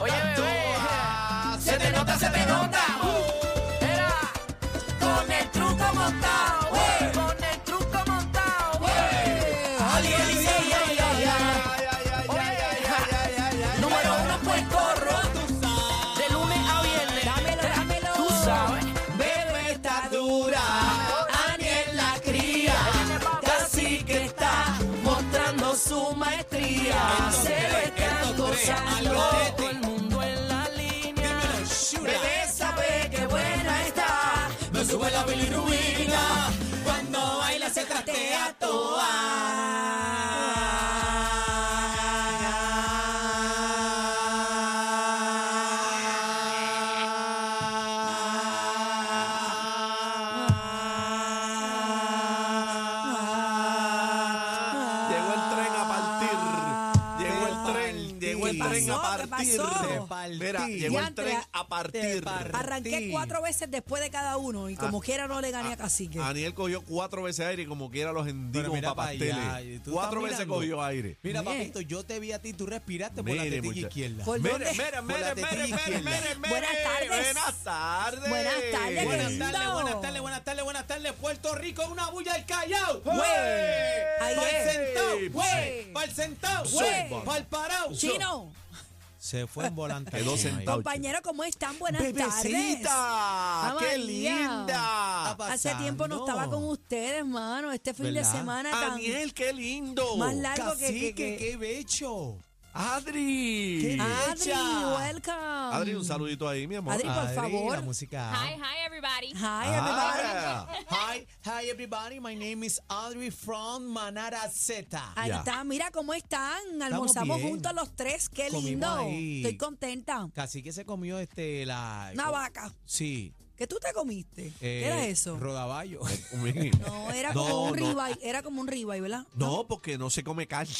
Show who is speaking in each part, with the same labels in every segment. Speaker 1: Oye, bebé. Se te nota, se te nota. Era. Con el truco montado. Con el truco montado. Ali, ali, ay, ay, ay, ay. Oye, Número uno fue el corro. De lunes a viernes. Dámelo, dámelo. Tú sabes. Bebé está dura. Aniel la cría. Casi que está mostrando su maestría. Se ve estas cosas. Todo el mundo en la línea. Bebé sabe que buena está. No sube la bilirubina. Cuando baila se trastea
Speaker 2: Llegó el tren a
Speaker 3: Ah,
Speaker 2: partir. Llegó el tren. Llegó el
Speaker 1: ¿Qué
Speaker 2: tren a
Speaker 1: pasó? ¿Qué
Speaker 2: partir.
Speaker 1: pasó?
Speaker 2: Mira, llegó el
Speaker 4: Diantre,
Speaker 2: tren a
Speaker 4: te
Speaker 2: partir.
Speaker 4: par- Arranqué cuatro veces después de cada uno y
Speaker 2: Ah,
Speaker 4: como quiera no le gané a Cacique.
Speaker 2: Aniel cogió cuatro veces aire y como quiera los
Speaker 3: Pero
Speaker 2: endicos
Speaker 3: mira
Speaker 2: para
Speaker 3: pa'
Speaker 2: pasteles.
Speaker 3: allá, y tú
Speaker 2: Cuatro
Speaker 3: estás
Speaker 2: veces
Speaker 3: mirando.
Speaker 2: cogió aire.
Speaker 3: Mira,
Speaker 4: Mire.
Speaker 3: papito, yo te vi a ti, tú respiraste por la
Speaker 2: Mire,
Speaker 3: tetilla
Speaker 2: muchacha.
Speaker 3: izquierda.
Speaker 4: Por-
Speaker 2: Mire,
Speaker 4: dónde?
Speaker 2: mire,
Speaker 3: Por la
Speaker 2: mire,
Speaker 3: tetilla
Speaker 2: mire, mire,
Speaker 3: izquierda.
Speaker 2: mire, mire.
Speaker 4: Buenas tardes.
Speaker 2: Buenas tardes.
Speaker 4: Buenas tardes,
Speaker 3: Buenas
Speaker 4: Lindo.
Speaker 3: tardes, buenas tardes, buenas tardes, buenas tardes. Puerto Rico, una bulla al callao.
Speaker 4: Ahí
Speaker 3: Pa'l
Speaker 4: es.
Speaker 3: sentao,
Speaker 4: Güey.
Speaker 3: güey. Pa'l sentao,
Speaker 4: Soy
Speaker 3: güey.
Speaker 4: bueno.
Speaker 3: Pa'l parao.
Speaker 4: Chino,
Speaker 3: Se fue en volante.
Speaker 2: Quedó sentado.
Speaker 4: compañero, ¿cómo están? Buenas tardes.
Speaker 2: Bebecita, qué
Speaker 4: María.
Speaker 2: linda.
Speaker 3: Está
Speaker 4: Hace tiempo no
Speaker 3: pasando.
Speaker 4: estaba con ustedes, mano. Este fin
Speaker 3: ¿Verdad?
Speaker 4: de semana tan...
Speaker 2: Aniel, qué lindo.
Speaker 4: Más largo que-
Speaker 3: Cacique,
Speaker 4: que- que-
Speaker 3: qué becho.
Speaker 2: Adri.
Speaker 3: Qué bien.
Speaker 4: Adri,
Speaker 3: Echa.
Speaker 4: welcome.
Speaker 2: Adri, un saludito ahí, mi amor.
Speaker 4: Adri, por
Speaker 3: Adri,
Speaker 4: favor.
Speaker 3: La música.
Speaker 5: Hi, hi, everybody.
Speaker 4: Hi, everybody.
Speaker 2: Ah.
Speaker 3: Hi, hi everybody. My name is Audrey from Manara Z.
Speaker 4: Ahí
Speaker 2: Ya.
Speaker 4: está, mira cómo están. Almorzamos
Speaker 3: bien.
Speaker 4: juntos los tres, qué
Speaker 3: Comimos
Speaker 4: lindo.
Speaker 3: ahí.
Speaker 4: Estoy contenta.
Speaker 3: Casi que se comió este la
Speaker 4: Una vaca.
Speaker 3: Sí.
Speaker 4: ¿Qué tú te comiste?
Speaker 3: eh,
Speaker 4: ¿Qué era eso?
Speaker 3: Rodaballo.
Speaker 4: No, era
Speaker 2: No,
Speaker 4: como un
Speaker 2: no.
Speaker 4: ribeye, era como un ribeye, ¿verdad?
Speaker 2: No, porque no se come carne.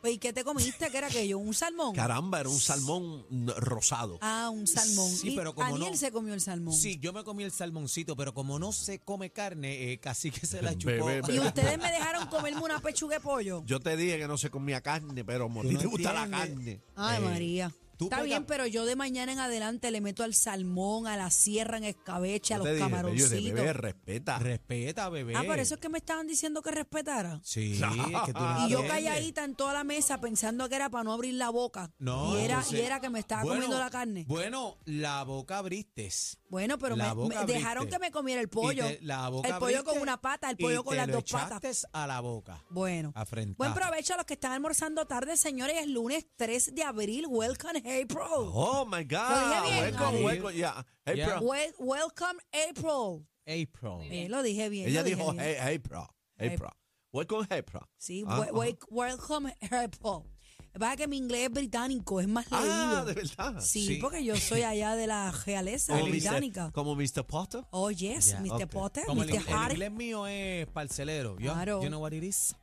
Speaker 4: Pues, ¿Y qué te comiste? ¿Qué era aquello? ¿Un salmón?
Speaker 2: Caramba, era un salmón rosado.
Speaker 4: Ah, un salmón.
Speaker 3: Sí,
Speaker 4: Y
Speaker 3: pero como
Speaker 4: Aniel
Speaker 3: no-
Speaker 4: se comió el salmón.
Speaker 3: Sí, yo me comí el salmoncito, pero como no se come carne, eh, casi que se la chupó.
Speaker 2: Bebé,
Speaker 4: Y
Speaker 2: bebé.
Speaker 4: ustedes me dejaron comerme una pechuga de pollo.
Speaker 2: Yo te dije que no se comía carne, pero a ti
Speaker 3: no
Speaker 2: te gusta la
Speaker 3: entiendes.
Speaker 2: carne.
Speaker 4: Ay,
Speaker 3: Eh,
Speaker 4: María.
Speaker 3: tú
Speaker 4: Está
Speaker 3: pega-
Speaker 4: bien, pero yo de mañana en adelante le meto al salmón, a la sierra en escabeche,
Speaker 2: Yo
Speaker 4: a los
Speaker 2: te dije, bebé, yo
Speaker 4: camaroncitos.
Speaker 2: dije, bebé, respeta.
Speaker 3: Respeta, bebé.
Speaker 4: ah, por eso es que me estaban diciendo que respetara.
Speaker 3: Sí, es que tú no
Speaker 4: Y yo
Speaker 3: entiendes.
Speaker 4: calladita en toda la mesa pensando que era para no abrir la boca.
Speaker 3: No,
Speaker 4: y, era,
Speaker 3: entonces-
Speaker 4: y era que me estaba
Speaker 3: Bueno,
Speaker 4: comiendo la carne.
Speaker 3: Bueno, la boca abriste.
Speaker 4: Bueno, pero
Speaker 3: La
Speaker 4: me,
Speaker 3: boca
Speaker 4: me dejaron
Speaker 3: abriste.
Speaker 4: que me comiera el
Speaker 3: Y
Speaker 4: pollo.
Speaker 3: te- la boca
Speaker 4: el pollo con
Speaker 3: abriste
Speaker 4: una pata, el
Speaker 3: y
Speaker 4: pollo con
Speaker 3: te
Speaker 4: las
Speaker 3: lo
Speaker 4: dos patas.
Speaker 3: echaste a la boca.
Speaker 4: Bueno.
Speaker 3: Afrentado.
Speaker 4: Buen provecho a los que están almorzando tarde, señores. Es lunes 3 de abril. Welcome April.
Speaker 2: Oh my
Speaker 4: Lo
Speaker 2: God.
Speaker 4: dije bien,
Speaker 2: Welcome,
Speaker 3: ¿no?
Speaker 2: welcome. Yeah. Hey,
Speaker 3: Yeah.
Speaker 2: pro.
Speaker 4: Wel- welcome April.
Speaker 3: April.
Speaker 4: Eh, lo dije bien.
Speaker 2: Ella
Speaker 4: lo dije
Speaker 2: dijo,
Speaker 4: bien.
Speaker 2: hey, hey, pro. Hey,
Speaker 4: Hey.
Speaker 2: pro. Welcome, hey, pro.
Speaker 4: Sí,
Speaker 2: Ah,
Speaker 4: we- we- welcome April. Pasa que mi inglés es británico, es más leído.
Speaker 2: Ah, de verdad.
Speaker 4: sí,
Speaker 3: sí.
Speaker 4: porque yo soy allá de la realeza
Speaker 2: Como
Speaker 4: británica.
Speaker 2: Mr. Como Mr. Potter.
Speaker 4: Oh, yes,
Speaker 3: Yeah,
Speaker 4: Mr.
Speaker 2: okay.
Speaker 4: Potter,
Speaker 3: Como el,
Speaker 4: Mr.
Speaker 3: ing- el
Speaker 4: Harry.
Speaker 3: inglés mío es parcelero. Yo,
Speaker 4: Claro.
Speaker 3: you know what it is?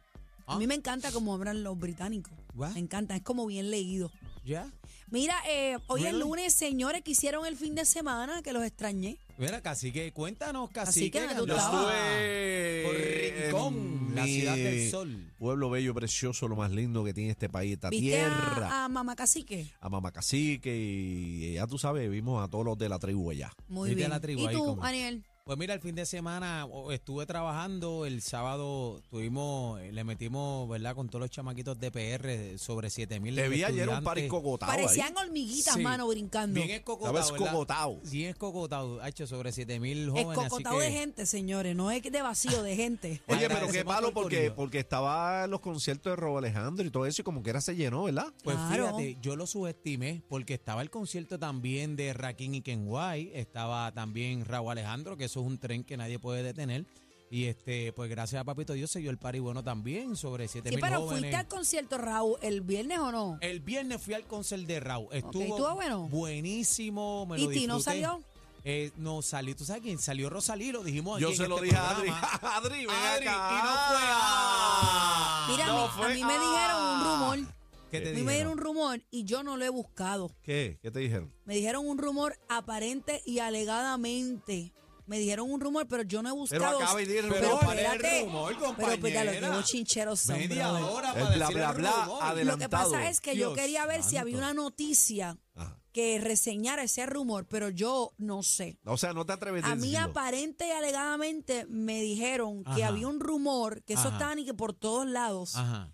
Speaker 4: A mí me encanta cómo hablan los británicos.
Speaker 3: What?
Speaker 4: Me encanta, es como bien leído.
Speaker 3: Ya.
Speaker 4: Mira, eh, hoy es
Speaker 3: Really?
Speaker 4: lunes, señores, que hicieron el fin de semana, que los extrañé.
Speaker 3: Mira, cacique, cuéntanos,
Speaker 4: Cacique,
Speaker 3: cacique. ¿dónde
Speaker 4: ¿dónde tú
Speaker 2: Yo
Speaker 4: estabas?
Speaker 3: estabas? Ah, Por
Speaker 2: estuve
Speaker 3: Rincón,
Speaker 2: en
Speaker 3: la ciudad
Speaker 2: mi
Speaker 3: del sol.
Speaker 2: Pueblo bello, precioso, lo más lindo que tiene este país, esta
Speaker 4: ¿Viste
Speaker 2: tierra.
Speaker 4: a, a Mamá Cacique?
Speaker 2: a Mamá Cacique y ya tú sabes, vimos a todos los de la tribu allá.
Speaker 4: Muy
Speaker 3: Viste a
Speaker 4: bien.
Speaker 3: la tribu
Speaker 4: ¿Y
Speaker 3: ahí
Speaker 4: tú,
Speaker 3: como-
Speaker 4: Aniel?
Speaker 3: Pues mira, el fin de semana o- estuve trabajando, el sábado tuvimos, le metimos, ¿verdad? Con todos los chamaquitos de PR, sobre 7 mil.
Speaker 2: Le vi ayer un par cogotado ahí.
Speaker 4: Parecían hormiguitas,
Speaker 3: Sí.
Speaker 4: mano, brincando.
Speaker 3: Bien este escocotado,
Speaker 2: Estaba escogotado.
Speaker 3: ¿verdad? Bien escogotado, ha hecho sobre 7 mil jóvenes. así
Speaker 4: Escocotado
Speaker 3: que-
Speaker 4: de gente, señores. No es de vacío, de gente.
Speaker 2: Oye, pero
Speaker 3: Agradecemos
Speaker 2: qué malo
Speaker 3: al
Speaker 2: porque,
Speaker 3: corillo.
Speaker 2: porque estaba en los conciertos de Robo Alejandro y todo eso y como que era se llenó, ¿verdad?
Speaker 3: Pues
Speaker 4: Claro.
Speaker 3: fíjate, yo lo subestimé porque estaba el concierto también de Rakim y Kenway, estaba también Raúl Alejandro, que eso es un tren que nadie puede detener. Y este, pues gracias a Papito Dios se dio el party bueno también, sobre 7
Speaker 4: Sí,
Speaker 3: mil
Speaker 4: pero
Speaker 3: jóvenes.
Speaker 4: fuiste al concierto, Raúl, el viernes o no?
Speaker 3: El viernes fui al concert de Raúl. Estuvo
Speaker 4: ¿estuvo bueno?
Speaker 3: buenísimo, me
Speaker 4: ¿Y
Speaker 3: lo
Speaker 4: Tino
Speaker 3: disfruté.
Speaker 4: salió?
Speaker 3: Eh, no salió, ¿tú sabes quién? Salió Rosalí, lo dijimos
Speaker 2: Yo
Speaker 3: aquí en
Speaker 2: se lo
Speaker 3: este
Speaker 2: dije
Speaker 3: programa.
Speaker 2: a Adri. Adri, ven
Speaker 3: Adri,
Speaker 2: acá.
Speaker 3: y no fue. Ah.
Speaker 4: Mira,
Speaker 2: No
Speaker 4: a, mí, a
Speaker 2: fue.
Speaker 4: mí me
Speaker 2: Ah.
Speaker 4: dijeron un rumor.
Speaker 3: ¿Qué te
Speaker 4: A mí me
Speaker 3: dijeron?
Speaker 4: dieron un rumor y yo no lo he buscado.
Speaker 2: ¿Qué? ¿Qué te dijeron?
Speaker 4: Me dijeron un rumor aparente y alegadamente. Me dijeron un rumor, pero yo no he
Speaker 2: Pero
Speaker 4: buscado.
Speaker 2: acaba y dieron
Speaker 3: Pero
Speaker 2: rumor.
Speaker 3: ¿cuál es el rumor,
Speaker 4: pero espérate, los
Speaker 3: compañera?
Speaker 4: nuevos chincheros son,
Speaker 3: Media
Speaker 4: brother.
Speaker 3: hora
Speaker 2: El
Speaker 3: para
Speaker 2: bla,
Speaker 3: decir
Speaker 2: bla,
Speaker 3: el
Speaker 2: bla,
Speaker 3: rumor.
Speaker 2: adelante.
Speaker 4: Lo que pasa
Speaker 2: adelantado.
Speaker 4: es que yo
Speaker 3: Dios
Speaker 4: quería ver si
Speaker 3: santo.
Speaker 4: había una noticia
Speaker 2: eh. Ajá.
Speaker 4: que reseñara ese rumor, pero yo no sé.
Speaker 2: O sea, no te atreves a
Speaker 4: A mí
Speaker 2: decirlo.
Speaker 4: aparente y alegadamente me dijeron que
Speaker 3: Ajá.
Speaker 4: había un rumor, que eso
Speaker 3: Ajá.
Speaker 4: estaba ni que por todos lados,
Speaker 3: Ajá.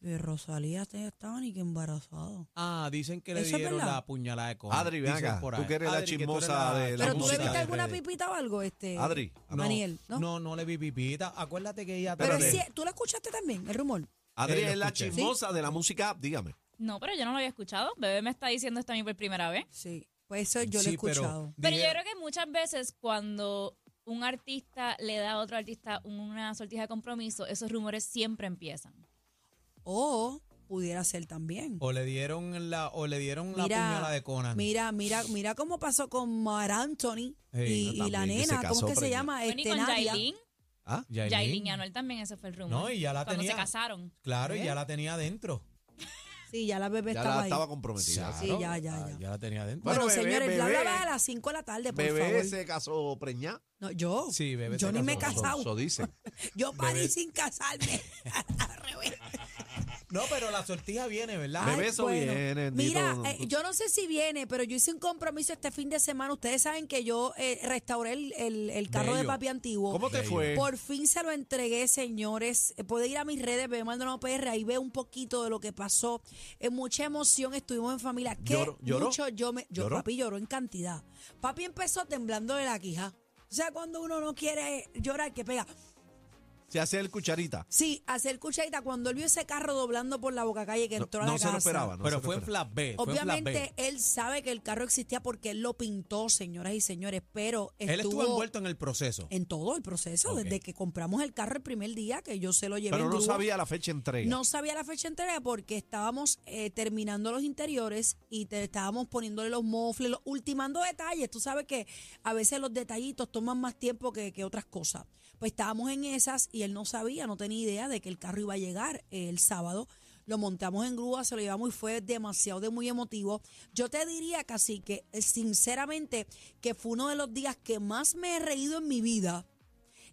Speaker 4: que Rosalía te- estaba ni que embarazada.
Speaker 3: Ah, dicen que le
Speaker 4: ¿Eso es
Speaker 3: dieron
Speaker 4: verdad?
Speaker 3: la puñalada de cojones.
Speaker 2: Adri, ven
Speaker 3: Dicen
Speaker 2: acá.
Speaker 3: por
Speaker 2: Tú
Speaker 3: ahí.
Speaker 2: que eres la
Speaker 3: Adri, tú eres
Speaker 2: chismosa de la
Speaker 4: ¿Pero tú le
Speaker 2: música
Speaker 4: viste
Speaker 2: de
Speaker 4: alguna
Speaker 2: redes.
Speaker 4: pipita o algo? Este,
Speaker 2: Adri,
Speaker 3: Eh, No,
Speaker 4: Daniel, ¿no?
Speaker 3: no, no le vi pipita. Acuérdate que ella...
Speaker 4: Pero
Speaker 2: Espérate.
Speaker 4: sí, tú lo escuchaste también, el rumor.
Speaker 2: Adri
Speaker 3: Eh, lo
Speaker 2: es la
Speaker 3: escuché.
Speaker 2: chismosa de la música, dígame.
Speaker 5: No, pero yo no lo había escuchado. Bebé me está diciendo esto a mí por primera vez.
Speaker 4: Sí, pues eso yo lo he
Speaker 3: Sí, pero
Speaker 4: escuchado.
Speaker 5: Pero yo
Speaker 3: dijeron-
Speaker 5: creo que muchas veces cuando un artista le da a otro artista una sortija de compromiso, esos rumores siempre empiezan.
Speaker 4: O pudiera ser también.
Speaker 3: O le dieron la, o le dieron la puñalada de Conan.
Speaker 4: Mira, mira, mira cómo pasó con Mar Anthony
Speaker 3: Sí,
Speaker 4: y, y
Speaker 2: también,
Speaker 4: la
Speaker 2: que
Speaker 4: nena,
Speaker 2: se
Speaker 4: ¿cómo es
Speaker 2: casó
Speaker 4: que se
Speaker 2: preñada.
Speaker 4: llama?
Speaker 5: Bueno, y
Speaker 4: Este,
Speaker 5: con
Speaker 4: Nadia.
Speaker 5: Yailin,
Speaker 2: ¿Ah?
Speaker 3: Yailin.
Speaker 5: Yailin y Anuel también, ese fue el rumor.
Speaker 3: No, y ya la
Speaker 5: Cuando
Speaker 3: tenía.
Speaker 5: se casaron.
Speaker 3: Claro,
Speaker 4: ¿Eh?
Speaker 3: y ya la tenía adentro.
Speaker 4: Sí, ya la bebé
Speaker 2: Ya
Speaker 4: estaba
Speaker 2: la
Speaker 4: ahí.
Speaker 2: estaba comprometida.
Speaker 4: Sí,
Speaker 3: Claro,
Speaker 4: ya, ya,
Speaker 3: ah,
Speaker 4: ya.
Speaker 3: Ya la tenía adentro.
Speaker 4: Bueno,
Speaker 2: Bueno, bebé,
Speaker 4: señores, bla, bla,
Speaker 2: bebé.
Speaker 4: bla, a las 5 de la tarde, por
Speaker 2: Bebé
Speaker 4: favor.
Speaker 2: se casó preñá.
Speaker 4: No, yo,
Speaker 3: Sí, bebé
Speaker 4: yo
Speaker 3: se
Speaker 4: ni me he
Speaker 3: casó.
Speaker 4: casado.
Speaker 2: Eso dicen.
Speaker 4: Yo parí sin casarme. Al revés.
Speaker 3: No, pero la sortija viene, ¿verdad?
Speaker 2: Bebé,
Speaker 4: pues,
Speaker 2: eso viene,
Speaker 4: Mira,
Speaker 2: bendito.
Speaker 4: eh, yo no sé si viene, pero yo hice un compromiso este fin de semana. Ustedes saben que yo eh, restauré el, el- el carro de
Speaker 3: Bello.
Speaker 4: papi antiguo.
Speaker 2: ¿Cómo te
Speaker 3: Bello.
Speaker 2: fue?
Speaker 4: Por fin se lo entregué, señores. Eh, Puede ir a mis redes, me mandan una PR, ahí ve un poquito de lo que pasó. Eh, mucha emoción, estuvimos en familia. ¿Qué
Speaker 2: ¿Lloró- lloró?
Speaker 4: mucho yo me. Yo,
Speaker 2: ¿Lloró?
Speaker 4: Papi lloró en cantidad. Papi empezó temblando de la quija. O sea, cuando uno no quiere llorar, que pega.
Speaker 2: Se hace el cucharita.
Speaker 4: Sí, hacer cucharita. Cuando él vio ese carro doblando por la boca calle que
Speaker 2: No,
Speaker 4: entró a la
Speaker 2: no se
Speaker 4: casa.
Speaker 2: lo esperaba. No
Speaker 3: pero
Speaker 2: se lo
Speaker 3: fue en
Speaker 2: esperaba.
Speaker 3: flat B. fue en flat B.
Speaker 4: Obviamente él sabe que el carro existía porque él lo pintó, señoras y señores, pero estuvo,
Speaker 3: Él estuvo envuelto en el proceso.
Speaker 4: en todo el proceso,
Speaker 3: Ok.
Speaker 4: desde que compramos el carro el primer día que yo se lo llevé.
Speaker 2: Pero
Speaker 4: en
Speaker 2: no
Speaker 4: grúa.
Speaker 2: sabía la fecha de entrega.
Speaker 4: No sabía la fecha de entrega porque estábamos eh, terminando los interiores y te estábamos poniéndole los mofles, los ultimando detalles. Tú sabes que a veces los detallitos toman más tiempo que, que otras cosas. Pues estábamos en esas y él no sabía, no tenía idea de que el carro iba a llegar eh, el sábado. Lo montamos en grúa, se lo llevamos y fue demasiado de muy emotivo. Yo te diría casi que, eh, sinceramente, que fue uno de los días que más me he reído en mi vida.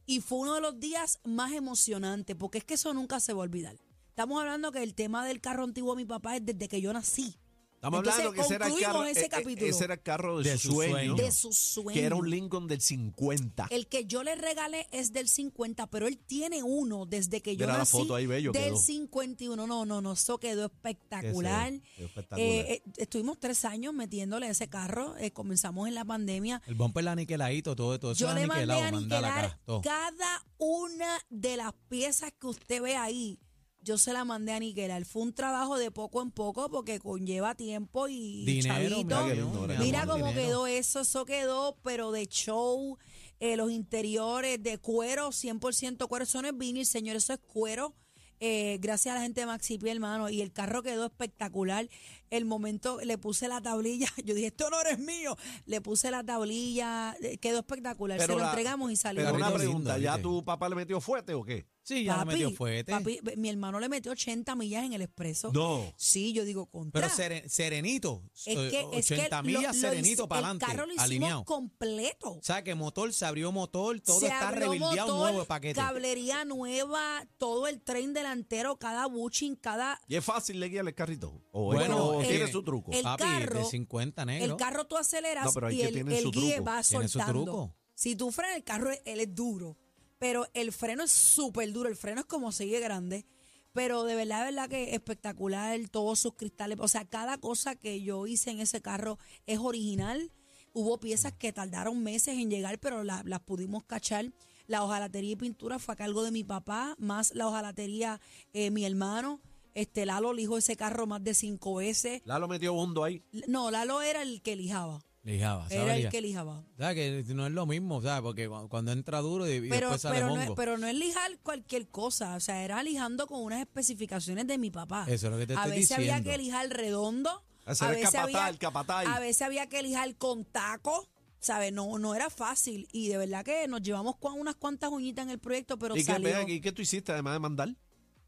Speaker 4: Y fue uno de los días más emocionantes, porque es que eso nunca se va a olvidar. Estamos hablando que el tema del carro antiguo de mi papá es desde que yo nací.
Speaker 2: Estamos hablando
Speaker 4: Entonces,
Speaker 2: que ese era el
Speaker 4: concluimos
Speaker 2: carro.
Speaker 4: ese
Speaker 2: eh, eh,
Speaker 4: capítulo.
Speaker 2: ese era el carro de,
Speaker 3: De
Speaker 2: su
Speaker 3: su
Speaker 2: sueño.
Speaker 3: sueño.
Speaker 4: De sus sueños.
Speaker 2: Que era un Lincoln del 50.
Speaker 4: El que yo le regalé es del 50, pero él tiene uno desde que yo
Speaker 2: Mira la
Speaker 4: nací.
Speaker 2: foto ahí, bello
Speaker 4: del
Speaker 2: quedó.
Speaker 4: 51. No, no, no, eso quedó espectacular.
Speaker 2: Ese quedó espectacular.
Speaker 4: Eh, eh, estuvimos tres años metiéndole a ese carro. eh, comenzamos en la pandemia.
Speaker 3: El bumper la aniquiladito, todo, todo eso
Speaker 4: Yo
Speaker 3: era
Speaker 4: le mandé
Speaker 3: aniquilado,
Speaker 4: a
Speaker 3: mandala
Speaker 4: aniquilar
Speaker 3: acá, todo.
Speaker 4: cada una de las piezas que usted ve ahí. Yo se la mandé a aniquilar. Fue un trabajo de poco en poco porque conlleva tiempo y
Speaker 3: Dinero,
Speaker 4: chavito.
Speaker 2: mira qué lindo,
Speaker 3: mi
Speaker 2: era
Speaker 4: Mira
Speaker 3: amor,
Speaker 4: cómo
Speaker 3: dinero.
Speaker 4: quedó eso, eso quedó, pero de show, eh, los interiores de cuero, 100% cuero, eso no es vinil, señor, eso es cuero. Eh, gracias a la gente de Maxi Piel, hermano, y el carro quedó espectacular. El momento le puse la tablilla, yo dije, esto no eres mío. Le puse la tablilla, eh, quedó espectacular. Se lo
Speaker 2: la-
Speaker 4: entregamos y salió.
Speaker 2: Pero una
Speaker 3: Lindo,
Speaker 2: pregunta,
Speaker 3: lindo,
Speaker 2: ¿ya
Speaker 3: ¿viste?
Speaker 2: tu papá le metió fuerte o qué?
Speaker 3: Sí, ya la
Speaker 4: Papi,
Speaker 3: metió fuerte.
Speaker 4: papi, ve- mi hermano le metió 80 millas en el expreso.
Speaker 2: No.
Speaker 4: Sí, yo digo, contra.
Speaker 3: Pero seren- serenito,
Speaker 4: es
Speaker 3: eh,
Speaker 4: que, es que
Speaker 3: 80
Speaker 4: lo-
Speaker 3: millas
Speaker 4: lo
Speaker 3: serenito
Speaker 4: hice-
Speaker 3: para adelante,
Speaker 4: El carro lo hicimos
Speaker 3: alineado.
Speaker 4: completo.
Speaker 3: O sea, que motor, se abrió motor, todo
Speaker 4: Se
Speaker 3: está
Speaker 4: abrió
Speaker 3: rebildeado,
Speaker 4: motor,
Speaker 3: nuevo de paquete.
Speaker 4: Cablería nueva, todo el tren delantero, cada bushing, cada.
Speaker 2: Y es fácil le guiar el carrito. O
Speaker 3: Bueno,
Speaker 2: bueno,
Speaker 3: el-
Speaker 2: tiene su truco.
Speaker 4: el
Speaker 3: Papi,
Speaker 4: carro-
Speaker 3: de 50 negro.
Speaker 4: El carro tú aceleras
Speaker 2: No, pero hay
Speaker 4: y
Speaker 2: que
Speaker 4: el,
Speaker 2: tienen
Speaker 4: el
Speaker 2: su
Speaker 4: guía
Speaker 2: truco,
Speaker 4: va
Speaker 3: tienen su
Speaker 4: soltando.
Speaker 3: truco.
Speaker 4: Si tú frenas el carro, él es duro. Pero el freno es súper duro. El freno es como sigue grande. Pero de verdad, de verdad que espectacular. Todos sus cristales. O sea, cada cosa que yo hice en ese carro es original. Hubo piezas que tardaron meses en llegar, pero la- las pudimos cachar. La hojalatería y pintura fue a cargo de mi papá, más la hojalatería eh, mi hermano. Este Lalo elijo ese carro más de cinco veces.
Speaker 2: Lalo metió bundo ahí.
Speaker 4: No, Lalo era el que lijaba.
Speaker 3: Lijaba,
Speaker 4: Era el
Speaker 3: sabía.
Speaker 4: que lijaba.
Speaker 3: O sea, que no es lo mismo, ¿sabes? Porque cu- cuando entra duro y, y
Speaker 4: pero,
Speaker 3: después sale
Speaker 4: pero, no
Speaker 3: mongo.
Speaker 4: es, pero no es lijar cualquier cosa, o sea, era lijando con unas especificaciones de mi papá.
Speaker 3: Eso es lo que te
Speaker 4: a
Speaker 3: estoy
Speaker 4: veces había
Speaker 3: diciendo.
Speaker 4: que lijar redondo,
Speaker 2: Ese
Speaker 4: a
Speaker 2: era el
Speaker 4: veces,
Speaker 2: capataz,
Speaker 4: había,
Speaker 2: el capataz.
Speaker 4: a veces había que lijar con taco, ¿sabes? No, no era fácil y de verdad que nos llevamos cua- unas cuantas uñitas en el proyecto, pero
Speaker 2: ¿Y qué,
Speaker 4: salió.
Speaker 2: ven aquí, ¿qué tú hiciste además de mandar?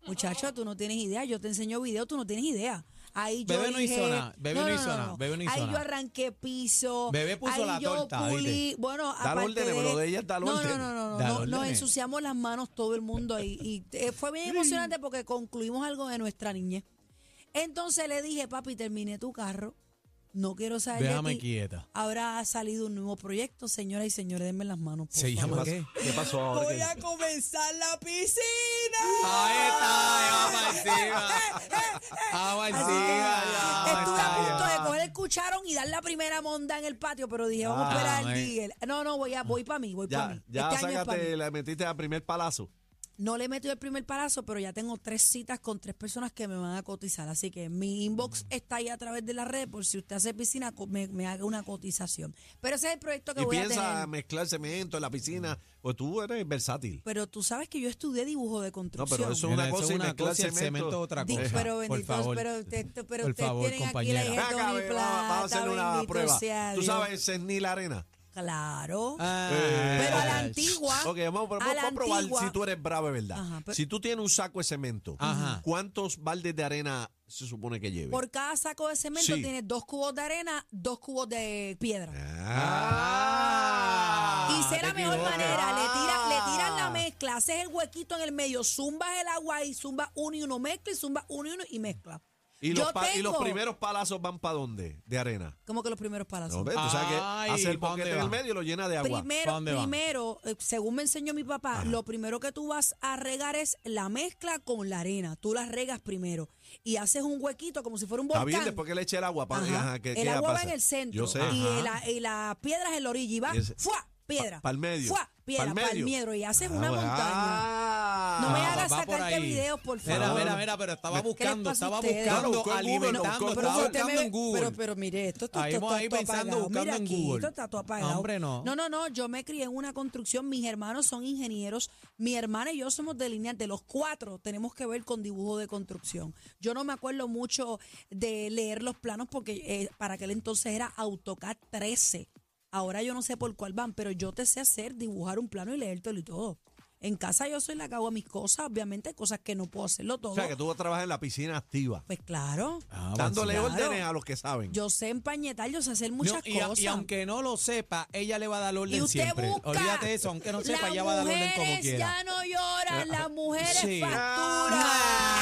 Speaker 4: Muchacho, tú no tienes idea. Yo te enseño video, tú no tienes idea. Ahí yo
Speaker 3: Bebé no
Speaker 4: dije-
Speaker 3: hizo nada, bebé no hizo nada, bebé no hizo
Speaker 4: Ahí yo
Speaker 3: nada.
Speaker 4: arranqué piso.
Speaker 3: Bebé puso
Speaker 4: ahí
Speaker 3: la
Speaker 4: yo
Speaker 3: torta,
Speaker 4: pulí-
Speaker 3: ¿viste?
Speaker 4: Bueno,
Speaker 2: Dar
Speaker 4: aparte
Speaker 2: órdenes, pero de ella es dar
Speaker 4: no, no,
Speaker 2: órdenes.
Speaker 4: no, no, no,
Speaker 3: Dar
Speaker 4: no, nos
Speaker 3: órdenes.
Speaker 4: ensuciamos las manos todo el mundo ahí. Y eh, fue bien emocionante porque concluimos algo de nuestra niñez. Entonces le dije, papi, terminé tu carro. No quiero saber de
Speaker 3: Déjame
Speaker 4: ti.
Speaker 3: quieta.
Speaker 4: Habrá salido un nuevo proyecto, señoras y señores, denme las manos. por
Speaker 3: Se
Speaker 4: favor.
Speaker 3: llama
Speaker 2: pasó?
Speaker 3: qué?
Speaker 2: ¿Qué pasó ahora?
Speaker 4: Voy
Speaker 2: ¿Qué-
Speaker 4: a comenzar la piscina.
Speaker 3: Ah, Ahí está, ya va para encima. Ah, Va para
Speaker 4: Así
Speaker 3: encima,
Speaker 4: que
Speaker 3: ya va
Speaker 4: estuve a
Speaker 3: para
Speaker 4: punto de
Speaker 3: encima.
Speaker 4: coger el cucharón y dar la primera monda en el patio, pero dije, vamos a esperar al
Speaker 3: man.
Speaker 4: Miguel. No, no, voy, a- voy para mí, voy para
Speaker 2: Ah, eh. Ya, ya
Speaker 4: mí. este año es para
Speaker 2: sácate,
Speaker 4: mí.
Speaker 2: le metiste al primer palazo.
Speaker 4: No le he metido el primer palazo, pero ya tengo tres citas con tres personas que me van a cotizar. Así que mi inbox está ahí a través de la red por si usted hace piscina, co- me, me haga una cotización. Pero ese es el proyecto que
Speaker 2: Y
Speaker 4: voy a
Speaker 2: piensa
Speaker 4: tener.
Speaker 2: mezclar cemento en la piscina.
Speaker 3: Mm.
Speaker 2: Pues tú eres versátil.
Speaker 4: Pero tú sabes que yo estudié dibujo de construcción.
Speaker 2: eso es una
Speaker 3: Eso
Speaker 2: cosa y mezclar
Speaker 3: y el
Speaker 2: cemento-
Speaker 3: cemento es otra
Speaker 4: Di-
Speaker 3: cosa.
Speaker 4: pero
Speaker 3: por
Speaker 4: benditos,
Speaker 3: favor.
Speaker 4: pero, usted- pero
Speaker 3: Por
Speaker 4: ustedes
Speaker 3: favor,
Speaker 4: tienen
Speaker 3: compañera.
Speaker 4: aquí la
Speaker 2: Ven
Speaker 4: gente
Speaker 2: acá,
Speaker 4: mi
Speaker 2: ve,
Speaker 4: plata,
Speaker 2: vamos, vamos a hacer una
Speaker 4: bendito
Speaker 2: prueba.
Speaker 4: sea
Speaker 2: Tú
Speaker 4: Dios.
Speaker 2: sabes, cernir la arena.
Speaker 4: Claro.
Speaker 3: Ah,
Speaker 4: pero a la
Speaker 3: ay.
Speaker 4: antigua.
Speaker 2: eh, Ok, vamos, a-
Speaker 4: a
Speaker 2: vamos
Speaker 4: la
Speaker 2: a probar
Speaker 4: antigua-
Speaker 2: si tú eres bravo, de ¿verdad?
Speaker 4: Ajá, pero-
Speaker 2: si tú tienes un saco de cemento,
Speaker 3: Ajá.
Speaker 2: ¿cuántos baldes de arena se supone que lleve?
Speaker 4: Por cada saco de cemento
Speaker 2: Sí.
Speaker 4: tienes dos cubos de arena, dos cubos de piedra.
Speaker 2: Ah,
Speaker 4: y sé
Speaker 2: te
Speaker 4: la mejor
Speaker 2: equivocas.
Speaker 4: manera, le tiras le tiras la
Speaker 2: Ah.
Speaker 4: mezcla, haces el huequito en el medio, zumbas el agua y zumbas uno y uno, mezcla y zumbas uno y uno y mezcla.
Speaker 2: ¿Y
Speaker 4: Yo
Speaker 2: los, pa- y los
Speaker 4: tengo-
Speaker 2: primeros palazos van para dónde? De arena.
Speaker 4: ¿Cómo que los primeros palazos?
Speaker 2: No, ve, tú sabes que
Speaker 3: Ay,
Speaker 2: hace el
Speaker 3: ¿pa' dónde
Speaker 2: boquete en
Speaker 3: va?
Speaker 2: el medio y lo llena de agua.
Speaker 3: ¿Para
Speaker 4: Primero,
Speaker 3: dónde va?
Speaker 4: primero eh, según me enseñó mi papá, lo primero que tú vas a regar es la mezcla con la arena. Tú la regas primero y haces un huequito como si fuera un
Speaker 2: Está
Speaker 4: volcán.
Speaker 2: bien, después que le eche el agua. pa-
Speaker 4: Ajá.
Speaker 2: ajá, ¿qué-
Speaker 4: el
Speaker 2: qué
Speaker 4: agua va
Speaker 2: pasa?
Speaker 4: en el centro
Speaker 2: Yo sé.
Speaker 4: y,
Speaker 2: Ajá.
Speaker 4: la- y las piedras en la orilla y va
Speaker 2: Y ese-
Speaker 4: ¡fua! piedra.
Speaker 2: pa'l medio.
Speaker 4: ¡fua! piedra,
Speaker 2: Pa'l
Speaker 4: pa'l
Speaker 2: medio.
Speaker 4: medio. Y haces
Speaker 2: Ah,
Speaker 4: una
Speaker 2: bueno.
Speaker 4: montaña.
Speaker 2: Ah.
Speaker 4: No me
Speaker 3: Ah,
Speaker 4: hagas
Speaker 3: va por
Speaker 4: sacarte
Speaker 3: ahí.
Speaker 4: videos, por
Speaker 3: Mira,
Speaker 4: favor.
Speaker 3: mira, mira, pero estaba
Speaker 4: ¿Qué les
Speaker 3: buscando,
Speaker 4: pasa a
Speaker 3: estaba
Speaker 4: ustedes?
Speaker 3: buscando,
Speaker 2: Lo buscó en Google,
Speaker 3: alimentando,
Speaker 2: lo buscó en
Speaker 3: estaba
Speaker 4: si
Speaker 2: Google.
Speaker 4: usted
Speaker 3: buscando
Speaker 4: me ve-
Speaker 3: en Google.
Speaker 4: Pero, pero mire, esto está
Speaker 3: Ahí
Speaker 4: todo
Speaker 3: vamos ahí pensando,
Speaker 4: apagado.
Speaker 3: buscando
Speaker 4: Mira
Speaker 3: en
Speaker 4: aquí,
Speaker 3: Google.
Speaker 4: Esto está todo apagado.
Speaker 3: Hombre, no.
Speaker 4: No, no, no. Yo me crié en una construcción. Mis hermanos son ingenieros. Mi hermana y yo somos delineantes. Los cuatro tenemos que ver con dibujo de construcción. Yo no me acuerdo mucho de leer los planos porque eh, para aquel entonces era AutoCAD 13. Ahora yo no sé por cuál van, pero yo te sé hacer dibujar un plano y leértelo y todo. En casa yo soy la que hago mis cosas, obviamente hay cosas que no puedo hacerlo todo.
Speaker 2: O sea, que tú vas a trabajar en la piscina activa,
Speaker 4: Pues claro.
Speaker 3: Ah,
Speaker 2: dándole
Speaker 4: Claro.
Speaker 2: órdenes a los que saben.
Speaker 4: Yo sé empañetar, yo sé hacer
Speaker 3: No,
Speaker 4: muchas
Speaker 3: y, a- y
Speaker 4: cosas.
Speaker 3: aunque no lo sepa, ella le va a dar orden
Speaker 4: Y usted
Speaker 3: siempre.
Speaker 4: busca.
Speaker 3: Olvídate de eso, aunque no sepa,
Speaker 4: Las
Speaker 3: ella va a dar orden como
Speaker 4: mujeres
Speaker 3: quiera.
Speaker 4: ya no lloran, las mujeres
Speaker 3: Sí.
Speaker 4: facturan.
Speaker 3: Ah.
Speaker 2: Ah.
Speaker 4: eh,